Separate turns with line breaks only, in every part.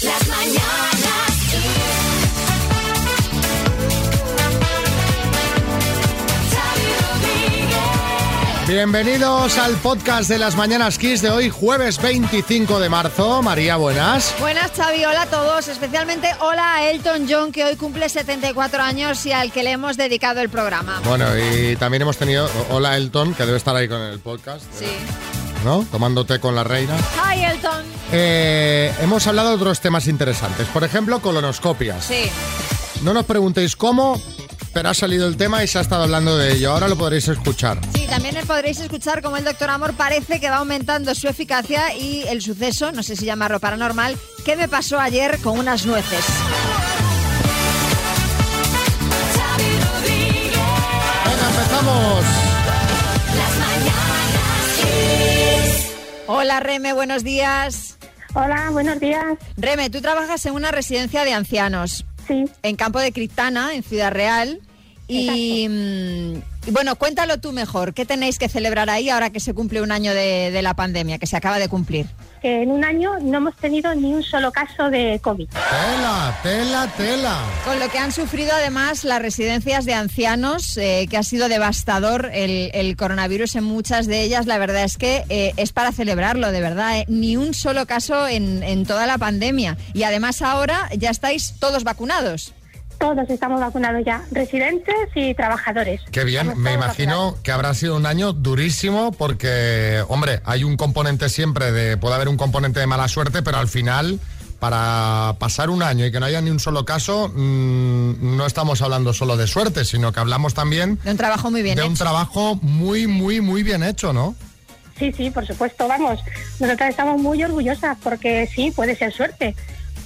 Las mañanas
Bienvenidos al podcast de las Mañanas Kiss de hoy, jueves 25 de marzo. María, buenas.
Buenas Xavi, hola a todos, especialmente hola a Elton John que hoy cumple 74 años y al que le hemos dedicado el programa.
Bueno, y también hemos tenido, hola Elton, que debe estar ahí con el podcast,
Sí.
¿no? Tomándote con la reina.
Hi Elton.
Eh, hemos hablado de otros temas interesantes, por ejemplo, colonoscopias.
Sí.
No nos preguntéis cómo, pero ha salido el tema y se ha estado hablando de ello. Ahora lo podréis escuchar.
Sí, también podréis escuchar cómo el doctor Amor parece que va aumentando su eficacia y el suceso, no sé si llamarlo paranormal, que me pasó ayer con unas nueces.
Venga, empezamos.
Hola Reme, buenos días.
Hola, buenos días.
Reme, tú trabajas en una residencia de ancianos.
Sí,
en Campo de Criptana, en Ciudad Real. Y, mm, y bueno, cuéntalo tú mejor. ¿Qué tenéis que celebrar ahí ahora que se cumple un año de, de la pandemia, que se acaba de cumplir?
que en un año no hemos tenido ni un solo caso de COVID.
Tela, tela, tela.
Con lo que han sufrido además las residencias de ancianos, eh, que ha sido devastador el, el coronavirus en muchas de ellas. La verdad es que eh, es para celebrarlo, de verdad. eh. Ni un solo caso en, en toda la pandemia. Y además ahora ya estáis todos vacunados.
Todos estamos vacunados ya, residentes y trabajadores.
Qué bien,
Estamos
me
todos
imagino que habrá sido un año durísimo porque, hombre, hay un componente siempre de, puede haber un componente de mala suerte, pero al final, para pasar un año y que no haya ni un solo caso, mm, no estamos hablando solo de suerte, sino que hablamos también
De un trabajo muy bien
de un
hecho.
trabajo muy, muy, muy bien hecho, ¿no?
Sí, sí, por supuesto, vamos. Nosotras estamos muy orgullosas porque sí, puede ser suerte,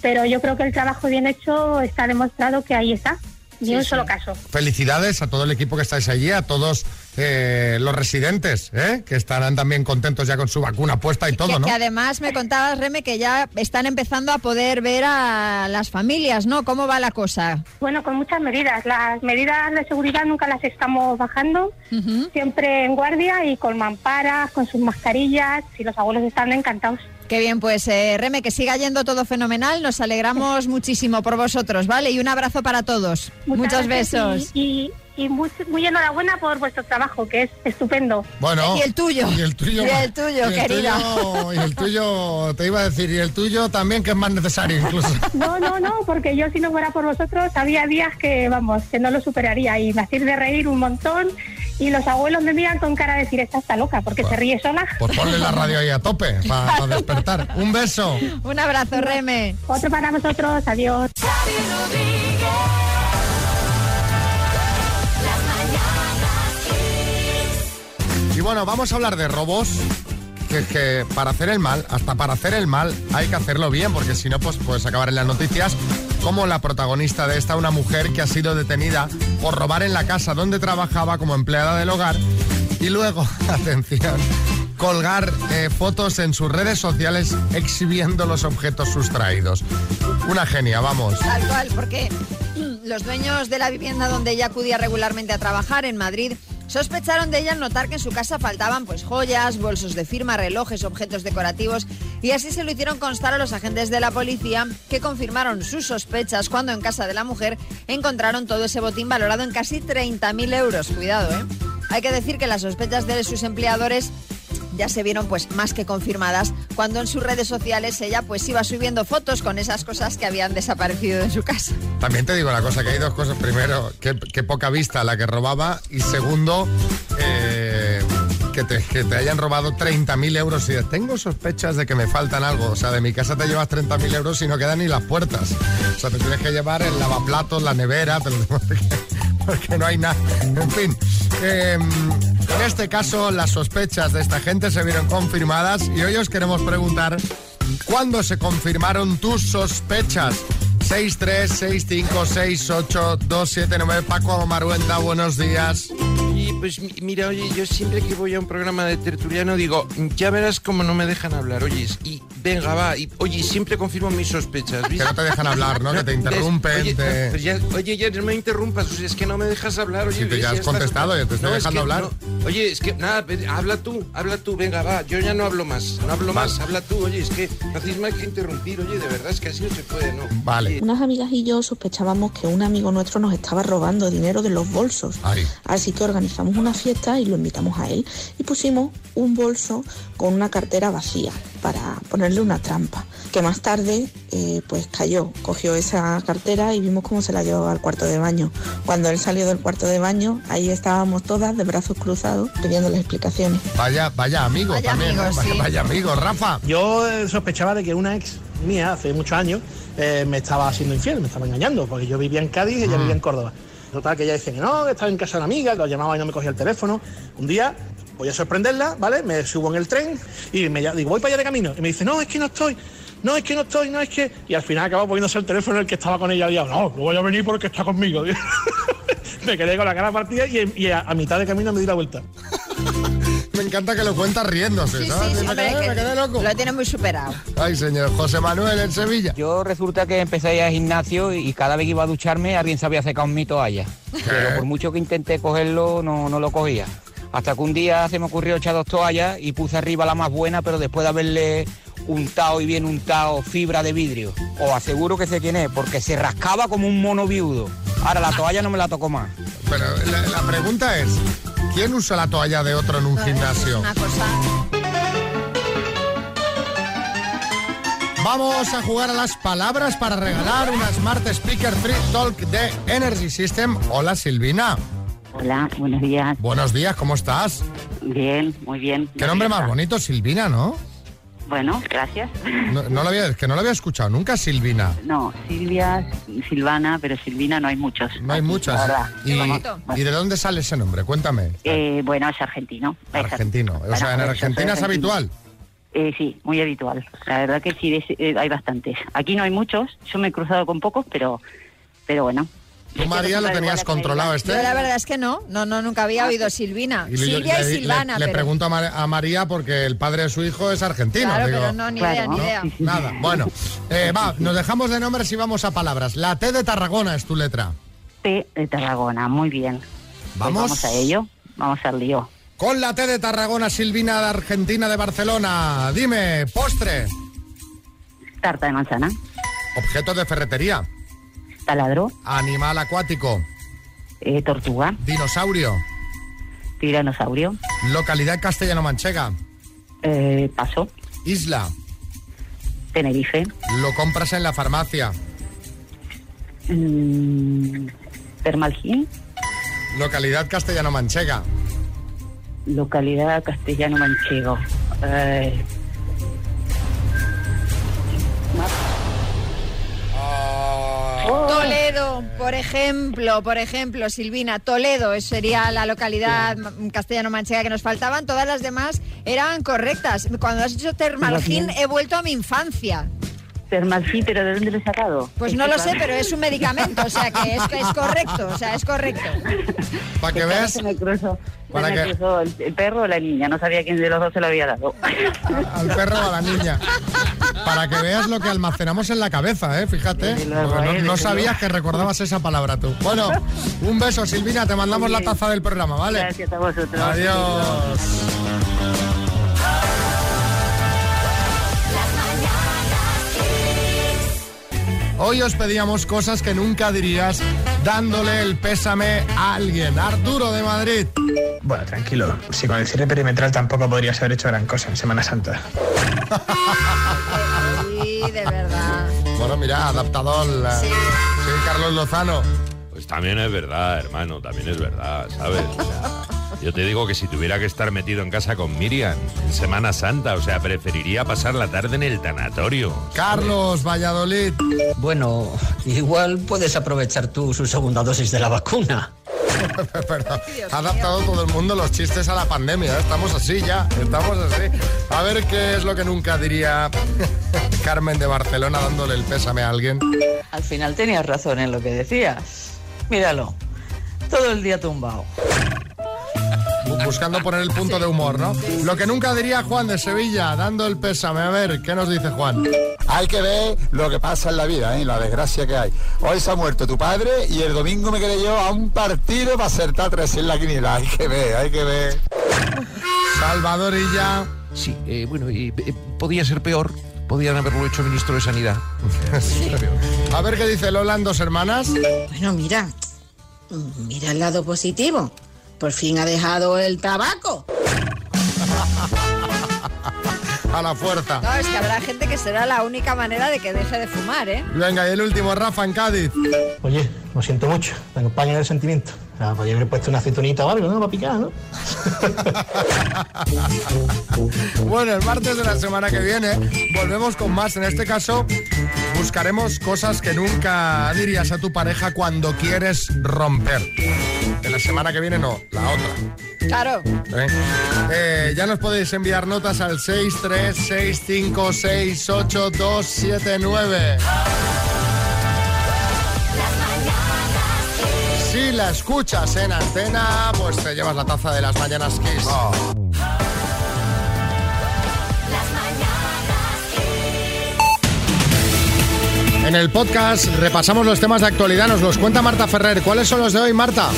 pero yo creo que el trabajo bien hecho está demostrado que ahí está, ni
Sí,
un
sí.
solo caso.
Felicidades a todo el equipo que estáis allí, a todos eh, los residentes, ¿eh? que estarán también contentos ya con su vacuna puesta y todo,
que,
¿no?
que además me contabas, Reme, que ya están empezando a poder ver a las familias, ¿no? ¿Cómo va la cosa?
Bueno, con muchas medidas. Las medidas de seguridad nunca las estamos bajando,
Ujú.
siempre en guardia y con mamparas, con sus mascarillas, y los abuelos están encantados.
Qué bien, pues eh, Reme, que siga yendo todo fenomenal. Nos alegramos muchísimo por vosotros, ¿vale? Y un abrazo para todos. Muchos
gracias
besos.
Y, y, y muy, muy enhorabuena por vuestro trabajo, que es estupendo.
Bueno,
Y el tuyo.
Y el tuyo.
Y el tuyo,
y el
querida.
tuyo- y el tuyo, te iba a decir, y el tuyo también, que es más necesario incluso.
No, no, no, porque yo si no fuera por vosotros había días que, vamos, que no lo superaría y me hacéis de reír un montón y los abuelos me miran con cara de decir, esta está loca, porque se ríe sola.
Pues ponle la radio ahí a tope para despertar. Un beso.
Un abrazo, Reme.
Otro para vosotros, adiós.
Y bueno, vamos a hablar de robos. Que es que para hacer el mal, hasta para hacer el mal, hay que hacerlo bien, porque si no, pues puedes acabar en las noticias. Como la protagonista de esta, una mujer que ha sido detenida por robar en la casa donde trabajaba como empleada del hogar y luego, atención, colgar eh, fotos en sus redes sociales exhibiendo los objetos sustraídos. Una genia, vamos.
Tal cual, porque los dueños de la vivienda donde ella acudía regularmente a trabajar en Madrid sospecharon de ella al notar que en su casa faltaban pues joyas, bolsos de firma, relojes, objetos decorativos y así se lo hicieron constar a los agentes de la policía que confirmaron sus sospechas cuando en casa de la mujer encontraron todo ese botín valorado en casi 30.000 euros. Cuidado, ¿eh? Hay que decir que las sospechas de sus empleadores ya se vieron pues más que confirmadas cuando en sus redes sociales ella pues iba subiendo fotos con esas cosas que habían desaparecido de su casa.
También te digo una cosa, que hay dos cosas. Primero, qué, qué poca vista la que robaba. Y segundo, eh, que, te, que te hayan robado 30.000 euros. Y tengo sospechas de que me faltan algo. O sea, de mi casa te llevas 30.000 euros y no quedan ni las puertas. O sea, te tienes que llevar el lavaplatos, la nevera, te lo- porque, porque no hay nada. En fin. eh, en este caso, las sospechas de esta gente se vieron confirmadas y hoy os queremos preguntar ¿Cuándo se confirmaron tus sospechas? 636568279 Paco Maruenda, buenos días.
Y
pues mi- mira, oye, yo siempre que voy a un programa de tertuliano digo, ya verás cómo no me dejan hablar, oye, y venga, va, y, oye, siempre confirmo mis sospechas,
Que
¿viste?
no te dejan hablar, ¿no? Que te
ves,
interrumpen,
Oye,
te-
no, pero ya, oye, ya no me interrumpas, o sea, es que no me dejas hablar. Oye,
Si tú
ves,
ya has
estás-
contestado, ya te estoy
No, es
dejando
que
hablar.
no- oye, es que nada, ve- habla tú, habla tú, venga, va, yo ya no hablo más, no hablo más, habla tú, oye, es que no hacéis más que interrumpir, oye, de verdad, es que así no se puede, ¿no?
Vale.
Unas amigas y yo sospechábamos que un amigo nuestro nos estaba robando dinero de los bolsos.
Ay.
Así que organizamos una fiesta y lo invitamos a él y pusimos un bolso con una cartera vacía para ponerle una trampa. Que más tarde eh, pues cayó, cogió esa cartera y vimos cómo se la llevaba al cuarto de baño. Cuando él salió del cuarto de baño, ahí estábamos todas de brazos cruzados pidiéndole explicaciones.
Vaya, vaya amigo
Vaya
también, ¿no?
amigo,
Vaya-
sí.
Vaya amigo, Rafa.
Yo eh, sospechaba de que una ex mía hace muchos años eh, me estaba haciendo infiel, me estaba engañando, porque yo vivía en Cádiz y ella vivía en Córdoba. Total, que ella dice que no, que estaba en casa de una amiga, que lo llamaba y no me cogía el teléfono. Un día voy a sorprenderla, ¿vale? Me subo en el tren y me ll- digo, voy para allá de camino. Y me dice, no, es que no estoy. No, es que no estoy, no es que. Y al final acaba poniéndose el teléfono el que estaba con ella. Y yo, no, no voy a venir porque está conmigo. me quedé con la cara partida y, y a- a mitad de camino me di la vuelta.
Me encanta que lo cuentas riéndose,
Sí,
¿sabes?
sí, sí,
me,
hombre,
quedé,
que
me quedé loco.
lo tiene muy superado.
Ay, señor José Manuel en Sevilla.
Yo resulta que empecé a ir al gimnasio y cada vez que iba a ducharme alguien se había secado mi toalla.
Eh,
Pero por mucho que intenté cogerlo, no, no lo cogía. Hasta que un día se me ocurrió echar dos toallas y puse arriba la más buena, pero después de haberle untado y bien untado fibra de vidrio. Os aseguro que sé quién es, porque se rascaba como un mono viudo. Ahora la toalla no me la tocó más.
Pero la, la pregunta es, ¿quién usa la toalla de otro en un
Es
gimnasio? ¿Eh?
una cosa.
Vamos a jugar a las palabras para regalar una Smart Speaker Free Talk de Energy System. Hola Silvina.
Hola, buenos días.
Buenos días, ¿cómo estás?
Bien, muy bien.
Qué nombre más bonito, Silvina, ¿no?
Bueno, gracias.
No, no lo había, es que no lo había escuchado nunca, Silvina.
No, Silvia, Silvana, pero Silvina no hay muchos.
No hay
Aquí, la
muchas.
verdad.
¿Y,
bonito.
y de dónde sale ese nombre? Cuéntame.
Eh, bueno, es argentino. Es
Argentino. O
Bueno,
sea, en
pues,
Argentina es
argentino.
habitual.
Eh, sí, muy habitual. La verdad que sí, es- eh, hay bastantes. Aquí no hay muchos. Yo me he cruzado con pocos, pero, pero bueno. Este Es
Tú,
que
María, lo
resulta
tenías
igual a que me
controlado
digan-
este.
Yo la verdad es que no, no, no nunca había oído Silvina.
Ah. le-
Silvia
le-
y
le-
Silvana,
Le,
pero,
pregunto a, Mar- a María porque el padre de su hijo es argentino.
claro,
digo,
pero no, ni idea,
Claro,
ni
¿no?
idea.
Nada, bueno. Eh, va, nos dejamos de nombres y vamos a palabras. La T de Tarragona es tu letra.
T de Tarragona, muy bien. Pues
Vamos.
vamos a ello. Vamos al lío.
Con la T de Tarragona, Silvina de Argentina de Barcelona. Dime, postre.
Tarta de manzana,
Objeto de ferretería.
taladro,
Animal acuático.
eh, tortuga,
Dinosaurio.
tiranosaurio,
Localidad castellano-manchega.
eh, paso,
Isla.
Tenerife,
Lo compras en la farmacia.
Mm, Permalgín,
Localidad castellano-manchega.
localidad castellano manchego. Eh,
Toledo, por ejemplo, por ejemplo, Silvina, Toledo eh, sería la localidad m- castellano-manchega que nos faltaban, todas las demás eran correctas. Cuando has dicho Termalgín he vuelto a mi infancia.
Permalgín, pero ¿de dónde lo he sacado? Este,
Pues
Es
no
que
lo
claro,
sé, pero es un medicamento, o sea que es, es correcto, o sea, es correcto.
Para que
es ahora
veas,
Se me cruzó, se
Para
me
que-
cruzó el, el perro o la niña, no sabía quién de los dos se lo había dado.
al perro o a la niña. Para que veas lo que almacenamos en la cabeza, ¿eh? Fíjate.
Desde luego,
Porque no,
¿eh?
no
Desde
sabías
luego.
que recordabas esa palabra tú. Bueno, un beso, Silvina. Te mandamos la
Muy bien.
taza del programa, ¿vale?
Gracias a vosotros.
Adiós. Hoy os pedíamos cosas que nunca dirías dándole el pésame a alguien. Arturo de Madrid.
Bueno, tranquilo. Si con el cierre perimetral tampoco podrías haber hecho gran cosa en Semana Santa.
Sí, de verdad.
Bueno, mira, adaptador. la-
Sí.
Sí, Carlos Lozano.
Pues también es verdad, hermano, también es verdad, ¿sabes? O sea, yo te digo que si tuviera que estar metido en casa con Miriam en Semana Santa, o sea, preferiría pasar la tarde en el tanatorio.
Carlos Valladolid.
Bueno, igual puedes aprovechar tú su segunda dosis de la vacuna.
Pero ha adaptado todo el mundo los chistes a la pandemia. ¿eh? Estamos así ya, estamos así. A ver qué es lo que nunca diría Carmen de Barcelona dándole el pésame a alguien.
Al final tenías razón en lo que decías. Míralo, todo el día tumbado.
bu- buscando poner el punto de humor, ¿no? Lo que nunca diría Juan de Sevilla, dando el pésame. A ver, ¿qué nos dice Juan?
Hay que ver lo que pasa en la vida, ¿eh? la desgracia que hay. Hoy se ha muerto tu padre y el domingo me quedé yo a un partido para acertar tres en la quiniela. Hay que ver, hay que ver.
Salvador y ya.
Sí, eh, bueno, y, eh, podía ser peor. Podían haberlo hecho ministro de Sanidad.
A ver qué dice Lola en dos hermanas.
Bueno, mira, mira el lado positivo. Por fin ha dejado el tabaco.
A la fuerza.
No, es que habrá gente que será la única manera de que deje de fumar, ¿eh?
Venga, y el último, Rafa en Cádiz.
Oye, lo siento mucho, te acompaña en el sentimiento. Ah, podría haber puesto una aceitonita o algo, ¿no? Para picar, ¿no?
Bueno, el martes de la semana que viene volvemos con más. En este caso, buscaremos cosas que nunca dirías a tu pareja cuando quieres romper. De la semana que viene no, la otra.
Claro.
¿eh? Eh, ya nos podéis enviar notas al 636568279. Si la escuchas en antena, pues te llevas la taza de las mañanas Kiss. En el podcast repasamos los temas de actualidad, nos los cuenta Marta Ferrer. ¿Cuáles son los de hoy, Marta?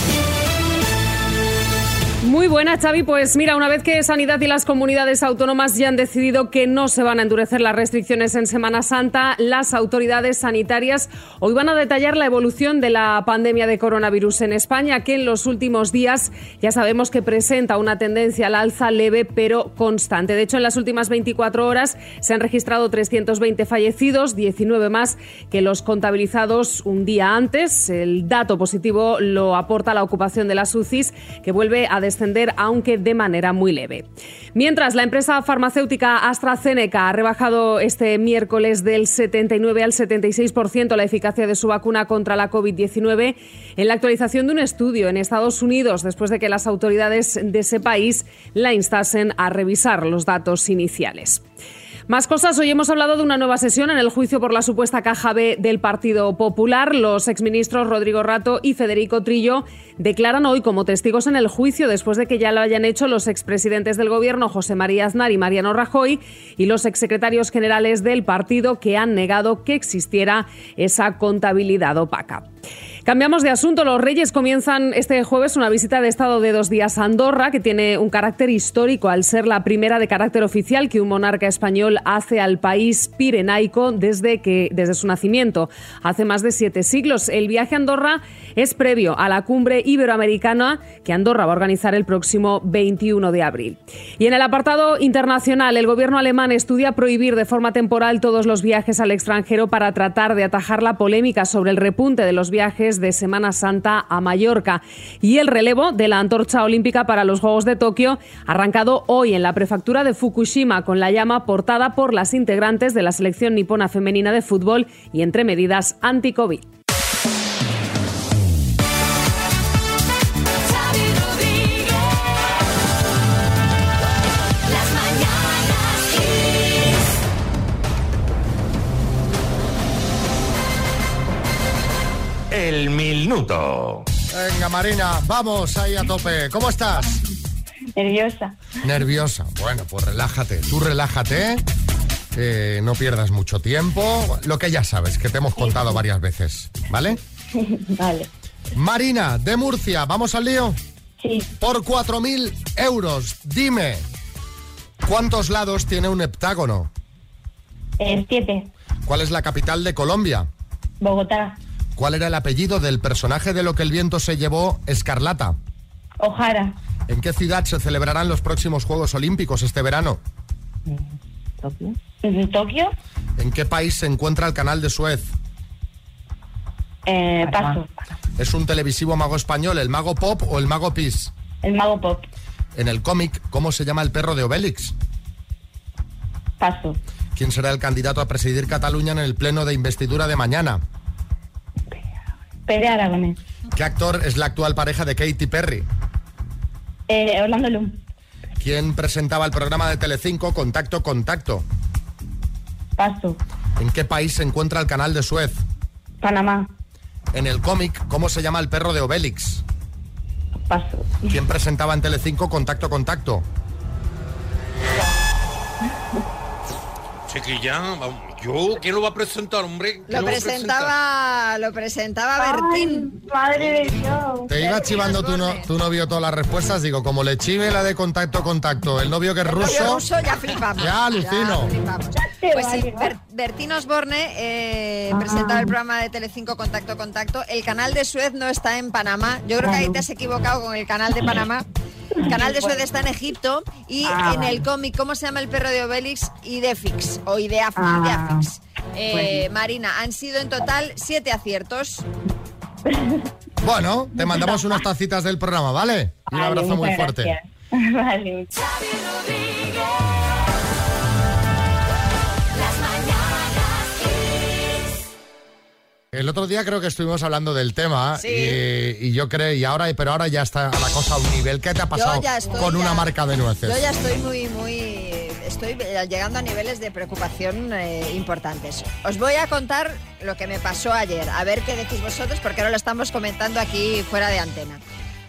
Muy buena, Xavi. Pues mira, una vez que Sanidad y las comunidades autónomas ya han decidido que no se van a endurecer las restricciones en Semana Santa, las autoridades sanitarias hoy van a detallar la evolución de la pandemia de coronavirus en España, que en los últimos días ya sabemos que presenta una tendencia al alza leve pero constante. De hecho, en las últimas 24 horas se han registrado 320 fallecidos, 19 más que los contabilizados un día antes. El dato positivo lo aporta la ocupación de las UCIs, que vuelve a descender, aunque de manera muy leve. Mientras, la empresa farmacéutica AstraZeneca ha rebajado este miércoles del 79 al 76% la eficacia de su vacuna contra la COVID-19 en la actualización de un estudio en Estados Unidos, después de que las autoridades de ese país la instasen a revisar los datos iniciales. Más cosas, hoy hemos hablado de una nueva sesión en el juicio por la supuesta caja B del Partido Popular. Los exministros Rodrigo Rato y Federico Trillo declaran hoy como testigos en el juicio después de que ya lo hayan hecho los expresidentes del Gobierno José María Aznar y Mariano Rajoy y los exsecretarios generales del partido que han negado que existiera esa contabilidad opaca. Cambiamos de asunto. Los Reyes comienzan este jueves una visita de Estado de dos días a Andorra, que tiene un carácter histórico al ser la primera de carácter oficial que un monarca español hace al país pirenaico desde, que, desde su nacimiento, hace más de siete siglos. El viaje a Andorra es previo a la cumbre iberoamericana que Andorra va a organizar el próximo 21 de abril. Y en el apartado internacional, el gobierno alemán estudia prohibir de forma temporal todos los viajes al extranjero para tratar de atajar la polémica sobre el repunte de los viajes de Semana Santa a Mallorca. Y el relevo de la antorcha olímpica para los Juegos de Tokio, arrancado hoy en la prefectura de Fukushima con la llama portada por las integrantes de la selección nipona femenina de fútbol y entre medidas anti-COVID.
El minuto.
Venga, Marina, vamos ahí a tope. ¿Cómo estás?
Nerviosa.
Nerviosa. Bueno, pues relájate. Tú relájate. eh, no pierdas mucho tiempo. Lo que ya sabes, que te hemos contado varias veces. ¿Vale?
vale.
Marina, de Murcia, ¿vamos al lío?
Sí.
Por 4.000 euros, dime, ¿cuántos lados tiene un heptágono?
Eh, siete.
¿Cuál es la capital de Colombia?
Bogotá.
¿Cuál era el apellido del personaje de lo que el viento se llevó, Escarlata?
Ojara.
¿En qué ciudad se celebrarán los próximos Juegos Olímpicos este verano?
Tokio. Tokio.
¿En qué país se encuentra el canal de Suez?
Eh, paso.
¿Es un televisivo mago español, el mago pop o el mago pis?
El mago pop.
En el cómic, ¿cómo se llama el perro de Obélix?
Paso.
¿Quién será el candidato a presidir Cataluña en el pleno de investidura de mañana?
Pere Aragonés.
¿Qué actor es la actual pareja de Katy Perry?
Eh, Orlando Lum.
¿Quién presentaba el programa de Telecinco Contacto Contacto?
Paso.
¿En qué país se encuentra el canal de Suez?
Panamá.
En el cómic, ¿cómo se llama el perro de Obélix?
paso.
¿Quién presentaba en Telecinco Contacto Contacto?
Chiquilla, vamos, yo, ¿quién lo va a presentar, hombre?
Lo
¿Quién va a
presentaba, lo presentaba Bertín.
Madre de Dios.
Te iba chivando tu, no- tu novio todas las respuestas. Digo, como le chive la de contacto, contacto. El novio que es
Yo
ruso.
ruso, ya flipamos.
Ya alucino.
flipamos. Pues sí, Ber- Bertín Osborne eh,
Ah.
presentaba el programa de Telecinco Contacto Contacto. El canal de Suez no está en Panamá. Yo creo que ahí te has equivocado con el canal de Panamá. El canal de Suez está en Egipto y
Ah,
en el cómic, ¿cómo se llama el perro de Obelix? Idefix o Ideaf-
Ah,
Ideafix. Eh,
bueno.
Marina, han sido en total siete aciertos.
Bueno, te mandamos unas tacitas del programa, ¿vale? Y un abrazo muy fuerte.
Vale.
El otro día creo que estuvimos hablando del tema
Sí.
y, y yo creo, y ahora, pero ahora ya está la cosa a un nivel. ¿Qué te ha pasado
ya estoy
con
ya-
una marca de nueces?
Yo ya estoy muy, muy. Estoy llegando a niveles de preocupación eh, importantes. Os voy a contar lo que me pasó ayer, a ver qué decís vosotros, porque ahora lo estamos comentando aquí fuera de antena.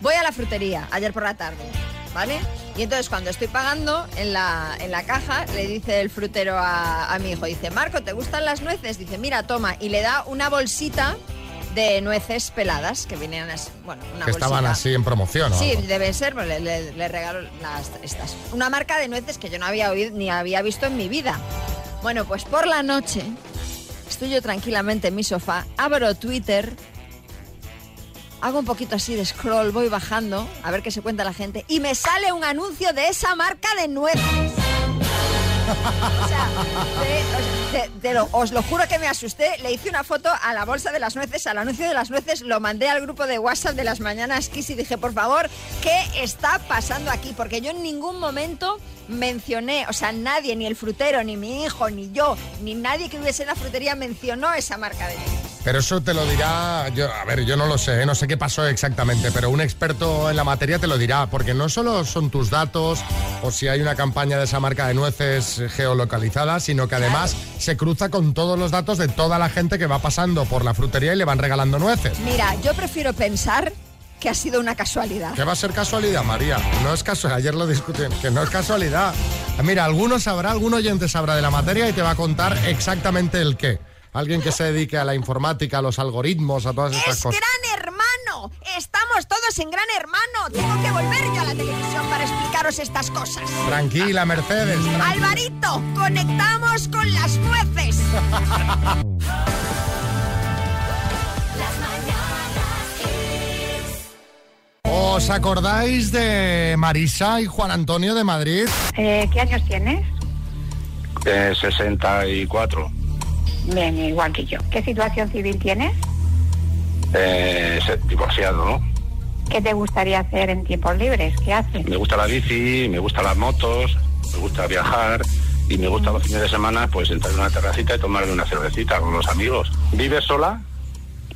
Voy a la frutería ayer por la tarde, ¿vale? Y entonces cuando estoy pagando en la, en la caja, le dice el frutero a, a mi hijo, dice, Marco, ¿te gustan las nueces? Dice, mira, toma. Y le da una bolsita de nueces peladas, que vinieron así, bueno, una
que estaban
bolsita.
así en promoción. ¿no?
Sí, debe ser, pues, le, le- le regalo las, estas. Una marca de nueces que yo no había oído ni había visto en mi vida. Bueno, pues por la noche estoy yo tranquilamente en mi sofá, abro Twitter, hago un poquito así de scroll, voy bajando a ver qué se cuenta la gente y me sale un anuncio de esa marca de nueces. O sea, te- o sea, te- te lo- os lo juro que me asusté. Le hice una foto a la bolsa de las nueces, al anuncio de las nueces, lo mandé al grupo de WhatsApp de las mañanas Kiss y dije, por favor, ¿qué está pasando aquí? Porque yo en ningún momento mencioné, o sea, nadie, ni el frutero, ni mi hijo, ni yo, ni nadie que hubiese en la frutería mencionó esa marca de nueces.
Pero eso te lo dirá, yo, a ver, yo no lo sé, ¿eh? no sé qué pasó exactamente, pero un experto en la materia te lo dirá, porque no solo son tus datos o si hay una campaña de esa marca de nueces geolocalizada, sino que además se cruza con todos los datos de toda la gente que va pasando por la frutería y le van regalando nueces.
Mira, yo prefiero pensar que ha sido una casualidad.
¿Qué va a ser casualidad, María? No es casualidad, ayer lo discutimos, que no es casualidad. Mira, alguno sabrá, algún oyente sabrá de la materia y te va a contar exactamente el qué. Alguien que se dedique a la informática, a los algoritmos, a todas estas
¡Es
cosas.
Gran Hermano! ¡Estamos todos en Gran Hermano! Tengo que volver yo a la televisión para explicaros estas cosas.
Tranquila, Mercedes. tranquila.
Alvarito, conectamos con las nueces.
¿Os acordáis de Marisa y Juan Antonio de Madrid?
¿Qué años tienes?
Eh, 64.
Bien, igual que yo. ¿Qué situación civil tienes?
Eh, se- divorciado, ¿no?
¿Qué te gustaría hacer en tiempos libres? ¿Qué haces?
Me gusta la bici, me gustan las motos, me gusta viajar y me gusta los fines de semana pues sentar en una terracita y tomarme una cervecita con los amigos. ¿Vives sola?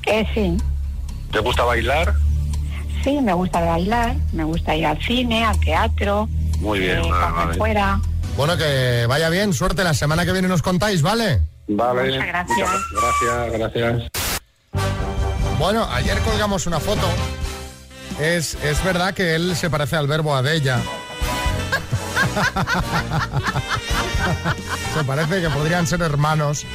Eh, sí.
¿Te gusta bailar?
Sí, me gusta bailar, me gusta ir al cine, al teatro, Eh,
Muy bien. nada, vale.
fuera.
Bueno, que vaya bien, suerte, la semana que viene nos contáis, ¿vale?
Vale.
Muchas gracias.
Gracias, gracias.
Bueno, ayer colgamos una foto. Es, es verdad que él se parece al verbo Adella. se parece que podrían ser hermanos.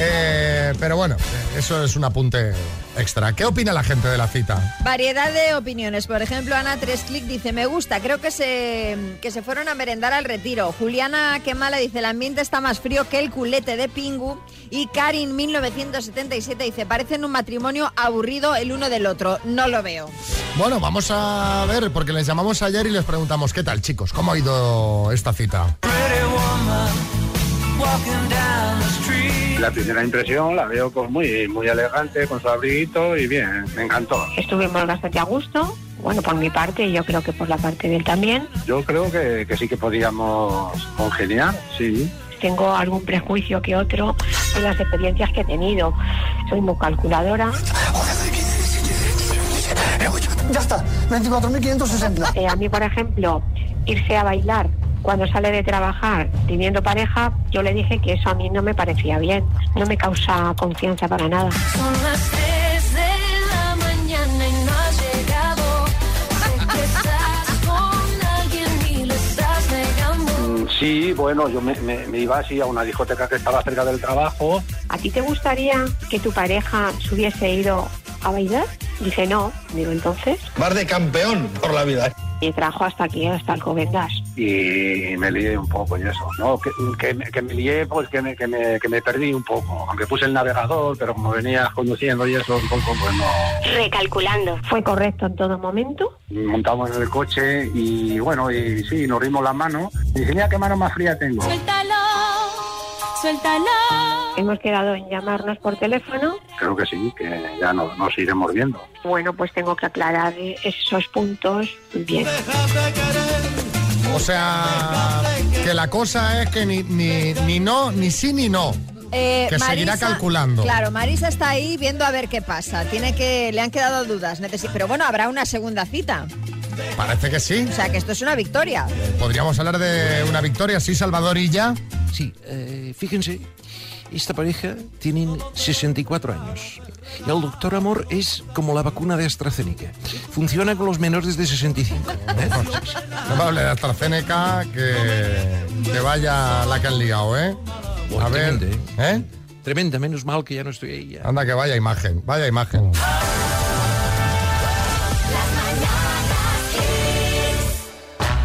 Eh, pero bueno, eso es un apunte extra. ¿Qué opina la gente de la cita?
Variedad de opiniones. Por ejemplo, Ana Tresclick dice, me gusta, creo que se, que se fueron a merendar al retiro. Juliana Quemala dice, el ambiente está más frío que el culete de Pingu. Y Karin 1977 dice, parecen un matrimonio aburrido el uno del otro. No lo veo.
Bueno, vamos a ver, porque les llamamos ayer y les preguntamos, ¿qué tal chicos? ¿Cómo ha ido esta cita?
La primera impresión la veo pues muy, muy elegante, con su abriguito y bien, me encantó.
Estuvimos bastante a gusto. Bueno, por mi parte, y yo creo que por la parte de él también.
Yo creo que, que sí que podíamos congeniar, sí.
Tengo algún prejuicio que otro de las experiencias que he tenido. Soy muy calculadora.
Ya está, 24.560.
Eh, a mí, por ejemplo, irse a bailar cuando sale de trabajar teniendo pareja, yo le dije que eso a mí no me parecía bien. No me causa confianza para nada.
Son las 3 de la mañana y no has llegado.
Mm, Sí, bueno, yo me, me- me iba así a una discoteca que estaba cerca del trabajo.
¿A ti te gustaría que tu pareja se hubiese ido a bailar? Dice no. Digo, entonces.
Vas de campeón por la vida.
Y trajo hasta aquí, hasta Alcobendas.
y me lié un poco y eso, ¿no? Que, que me- que me lié, pues que me, que, me, que me perdí un poco, aunque puse el navegador, pero como venía conduciendo y eso, un poco, pues no.
Recalculando. ¿Fue correcto en todo momento?
Montamos en el coche y bueno, y sí, nos dimos la mano. Y dije, mira qué mano más fría tengo.
Suéltalo, suéltalo. Hemos quedado en llamarnos por teléfono.
Creo que sí, que ya nos, nos iremos viendo.
Bueno, pues tengo que aclarar eh, esos puntos bien.
O sea, que la cosa es que ni, ni, ni no, ni sí, ni no.
Eh,
Que seguirá calculando.
Claro, Marisa está ahí viendo a ver qué pasa. Tiene que, le han quedado dudas, necesi- pero bueno, habrá una segunda cita.
Parece que sí.
O sea, que esto es una victoria.
Podríamos hablar de una victoria, sí, Salvador y ya.
Sí, eh, fíjense, esta pareja tienen 64 años. El doctor Amor es como la vacuna de AstraZeneca. Funciona con los menores de 65. ¿eh?
No me hable de AstraZeneca, que, que vaya la que han liado, ¿eh? A ver, ¿eh?
Tremenda, menos mal que ya no estoy ahí. ya.
Anda, que vaya imagen, vaya imagen.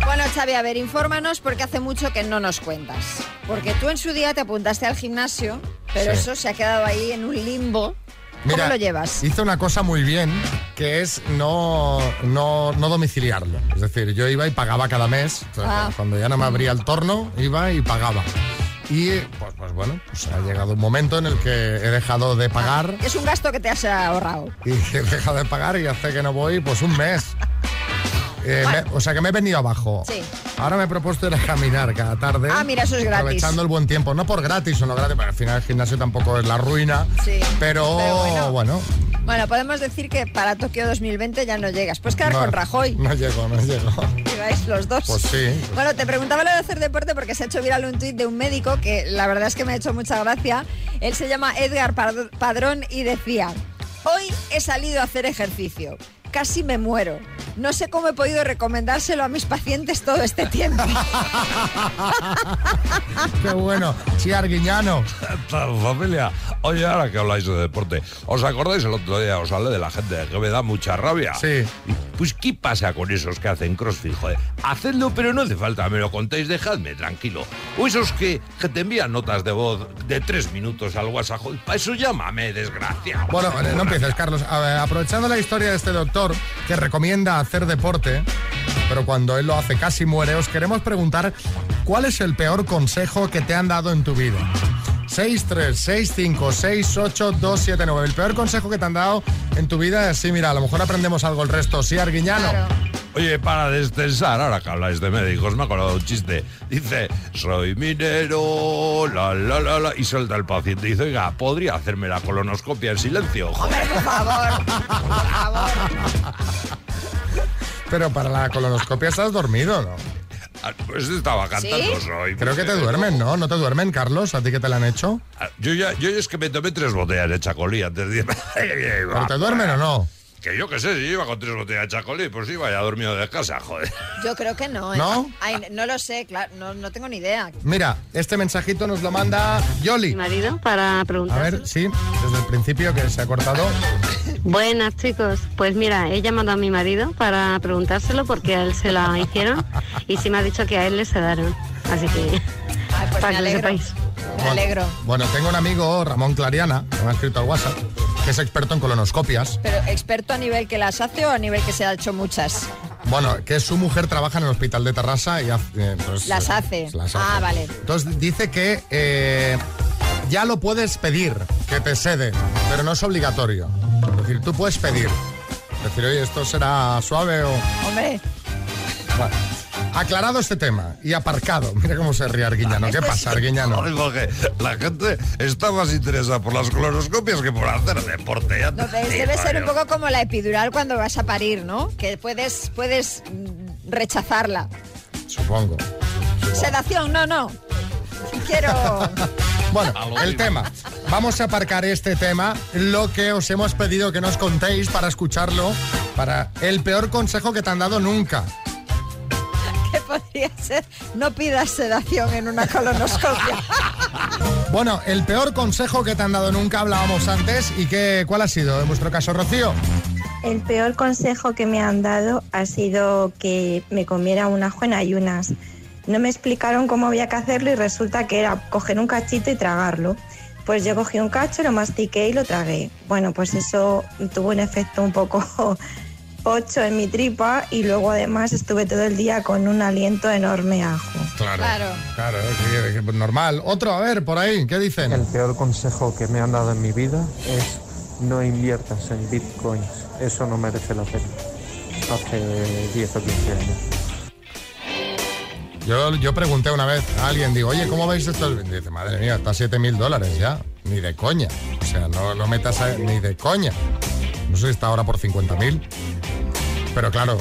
Bueno, Xavi, a ver, infórmanos porque hace mucho que no nos cuentas. Porque tú en su día te apuntaste al gimnasio, pero
Sí.
eso se ha quedado ahí en un limbo. ¿Cómo
Mira,
lo llevas?
Hice una cosa muy bien, que es no, no, no domiciliarlo. Es decir, yo iba y pagaba cada mes. Entonces,
Ah.
Cuando ya no me abría el torno, iba y pagaba. Y eh, pues, pues bueno, pues ha llegado un momento en el que he dejado de pagar
Es un gasto que te has ahorrado.
y he dejado de pagar y hace que no voy pues un mes. Eh, me- o sea que me he venido abajo.
Sí.
Ahora me he propuesto ir a caminar cada tarde.
Ah, mira, eso es gratis.
Aprovechando el buen tiempo. No por gratis o no gratis, pero al final el gimnasio tampoco es la ruina.
Sí.
Pero,
Pero
bueno,
bueno. Bueno, podemos decir que para Tokio 2020 ya no llegas. Puedes quedar
no,
con Rajoy,
No llego, no llego.
que vais los dos.
Pues sí.
Bueno, te preguntaba lo de hacer deporte porque se ha hecho viral un tuit de un médico que la verdad es que me ha hecho mucha gracia. Él se llama Edgar Pad- Padrón y decía, hoy he salido a hacer ejercicio, casi me muero. No sé cómo he podido recomendárselo a mis pacientes todo este tiempo.
Qué bueno. Sí, Arguiñano.
tal, familia? Oye, ahora que habláis de deporte, ¿os acordáis el otro día? Os hablé de la gente que me da mucha rabia. Sí. Pues, ¿qué pasa con esos que hacen crossfit? Joder, hacedlo, pero no hace falta, me lo contéis, dejadme tranquilo. O esos que, que te envían notas de voz de tres minutos al WhatsApp, para eso llámame, desgracia.
Bueno, eh, no empieces, Carlos. A ver, aprovechando la historia de este doctor que recomienda hacer deporte, pero cuando él lo hace casi muere, os queremos preguntar cuál es el peor consejo que te han dado en tu vida. 636568279. El peor consejo que te han dado en tu vida es, sí, mira, a lo mejor aprendemos algo el resto. Sí, Arguiñano.
Oye, para destensar, ahora que habláis de médicos, me ha acordado de un chiste. Dice, soy minero, la, la, la, la, y salta el paciente. Dice, oiga, ¿podría hacerme la colonoscopia en silencio? Joder.
Por favor, por favor.
Pero para la colonoscopia estás dormido, ¿no?
Ah, Pues estaba cantando,
¿Sí?
soy
Creo que te
minero.
duermen, ¿no? ¿No te duermen, Carlos? ¿A ti que te la han hecho?
eh, Ah, Yo ya, yo ya es que me tomé tres botellas de chacolí antes de irme.
¿Pero te duermen o no?
Que yo qué sé, si yo iba con tres botellas de chacolí, pues iba ya dormido de casa, joder.
Yo creo que no. ¿eh?
¿No?
Ay, no lo sé, claro, no, no tengo ni idea.
Mira, este mensajito nos lo manda Yoli. Mi
marido, para preguntar.
A ver, sí, desde el principio que se ha cortado.
Buenas chicos, pues mira, he llamado a mi marido para preguntárselo porque a él se la hicieron y sí me ha dicho que a él le sedaron. Así que
pues
para que lo sepáis.
Me alegro. Bueno, tengo un amigo, Ramón Clariana, que me ha escrito al WhatsApp, que es experto en colonoscopias.
Pero experto a nivel que las hace o a nivel que se ha hecho muchas.
Bueno, que su mujer trabaja en el hospital de Tarrasa y hace, eh, pues,
Las
eh,
hace.
las hace.
Ah, vale.
Entonces dice que eh, ya lo puedes pedir, que te cede, pero no es obligatorio. Es decir, tú puedes pedir. Es decir, oye, esto será suave o...
Hombre.
Bueno, aclarado este tema y aparcado. Mira cómo se ríe Arguiñano. ¿Qué pasa, Arguiñano?
Joder, Jorge, la gente está más interesada por las colonoscopias que por hacer deporte. ya te
No, de-
digo,
debe ser un
yo.
poco como la epidural cuando vas a parir, ¿no? Que puedes, puedes mm, rechazarla.
Supongo.
Sedación, no, no. Quiero.
Bueno,
Algo
el
digo.
tema. Vamos a aparcar este tema, lo que os hemos pedido que nos contéis para escucharlo, para el peor consejo que te han dado nunca.
¿Qué po- podría ser no pidas sedación en una colonoscopia.
Bueno, el peor consejo que te han dado nunca hablábamos antes y que, ¿cuál ha sido en vuestro caso, Rocío?
El peor consejo que me han dado ha sido que me comiera un ajo en ayunas. No me explicaron cómo había que hacerlo y resulta que era coger un cachito y tragarlo. Pues yo cogí un cacho, lo mastiqué y lo tragué. Bueno, pues eso tuvo un efecto un poco ocho en mi tripa y luego además estuve todo el día con un aliento enorme a ajo.
Claro. Claro, es que- es que normal. Otro, a ver, por ahí, ¿qué dicen?
El peor consejo que me han dado en mi vida es no inviertas en bitcoins. Eso no merece la pena. Hace 10 o 15 años.
Yo, yo pregunté una vez a alguien, digo, oye, ¿cómo veis esto? Y Dice, madre mía, está a 7 mil dólares ya. Ni de coña. O sea, no lo metas a- ni de coña. No sé si está ahora por 50 mil. Pero claro,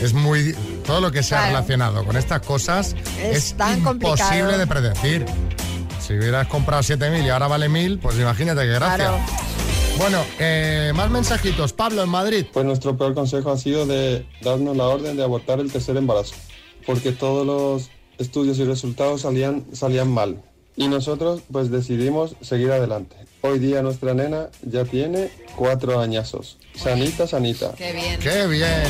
es muy... Todo lo que sea
Claro.
relacionado con estas cosas
Es
es,
tan
imposible
complicado.
de predecir. Si hubieras comprado 7 mil y ahora vale mil, pues imagínate qué gracia.
Claro.
Bueno, eh, más mensajitos. Pablo, en Madrid.
Pues nuestro peor consejo ha sido de darnos la orden de abortar el tercer embarazo, porque todos los estudios y resultados salían, salían mal. Y nosotros pues decidimos seguir adelante. Hoy día nuestra nena ya tiene cuatro añazos. Sanita, sanita.
Qué bien.
Qué bien.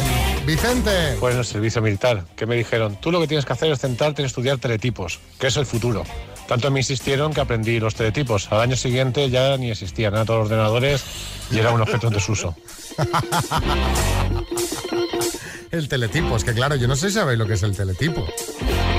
Vicente.
Pues en el servicio militar, que me dijeron, tú lo que tienes que hacer es centrarte en estudiar teletipos, que es el futuro. Tanto me insistieron que aprendí los teletipos. Al año siguiente ya ni existían, eran todos ordenadores y era un objeto en desuso.
El teletipo, es que claro, yo no sé si sabéis lo que es el teletipo.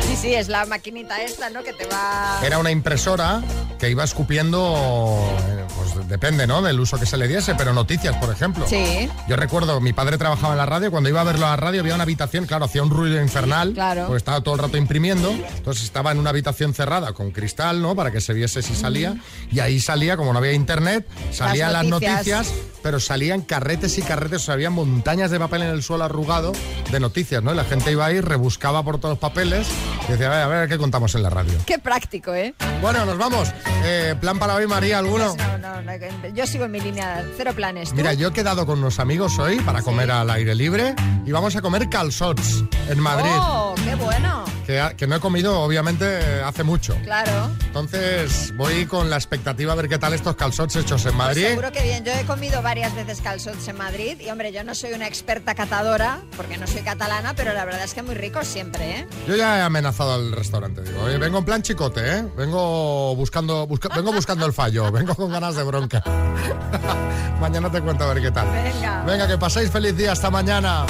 Sí, sí, es la maquinita esta, ¿no? Que te va...
Era una impresora que iba escupiendo, eh, pues depende, ¿no? Del uso que se le diese, pero noticias, por ejemplo.
Sí.
Yo recuerdo, mi padre trabajaba en la radio, cuando iba a verlo a la radio había una habitación, claro, hacía un ruido infernal,
Claro.
porque estaba todo el rato imprimiendo, entonces estaba en una habitación cerrada con cristal, ¿no? Para que se viese si salía, y ahí salía, como no había internet, salían las noticias.
noticias.
pero salían carretes y carretes, o sea, había montañas de papel en el suelo arrugado de noticias, ¿no? Y la gente iba ahí, rebuscaba por todos los papeles y decía, a ver, a ver qué contamos en la radio.
Qué práctico, ¿eh?
Bueno, nos vamos. Eh, plan para hoy, María, ¿alguno?
Pues no, no, no, yo sigo en mi línea, cero planes. ¿Tú?
Mira, yo he quedado con unos amigos hoy para comer al aire libre y vamos a comer calzots en Madrid,
¡Oh, qué bueno!
que, ha- que no he comido obviamente eh, hace mucho.
Claro.
Entonces voy con la expectativa a ver qué tal estos calzots hechos en
Pues
Madrid.
seguro que bien. Yo he comido varias veces calzots en Madrid y, hombre, yo no soy una experta catadora porque no soy catalana, pero la verdad es que muy rico siempre, ¿eh?
Yo ya he amenazado al restaurante, digo, oye, vengo en plan chicote, ¿eh? Vengo buscando, busca- vengo buscando el fallo, vengo con ganas de bronca. Mañana te cuento a ver qué tal.
Venga.
Venga, que paséis feliz día, hasta mañana.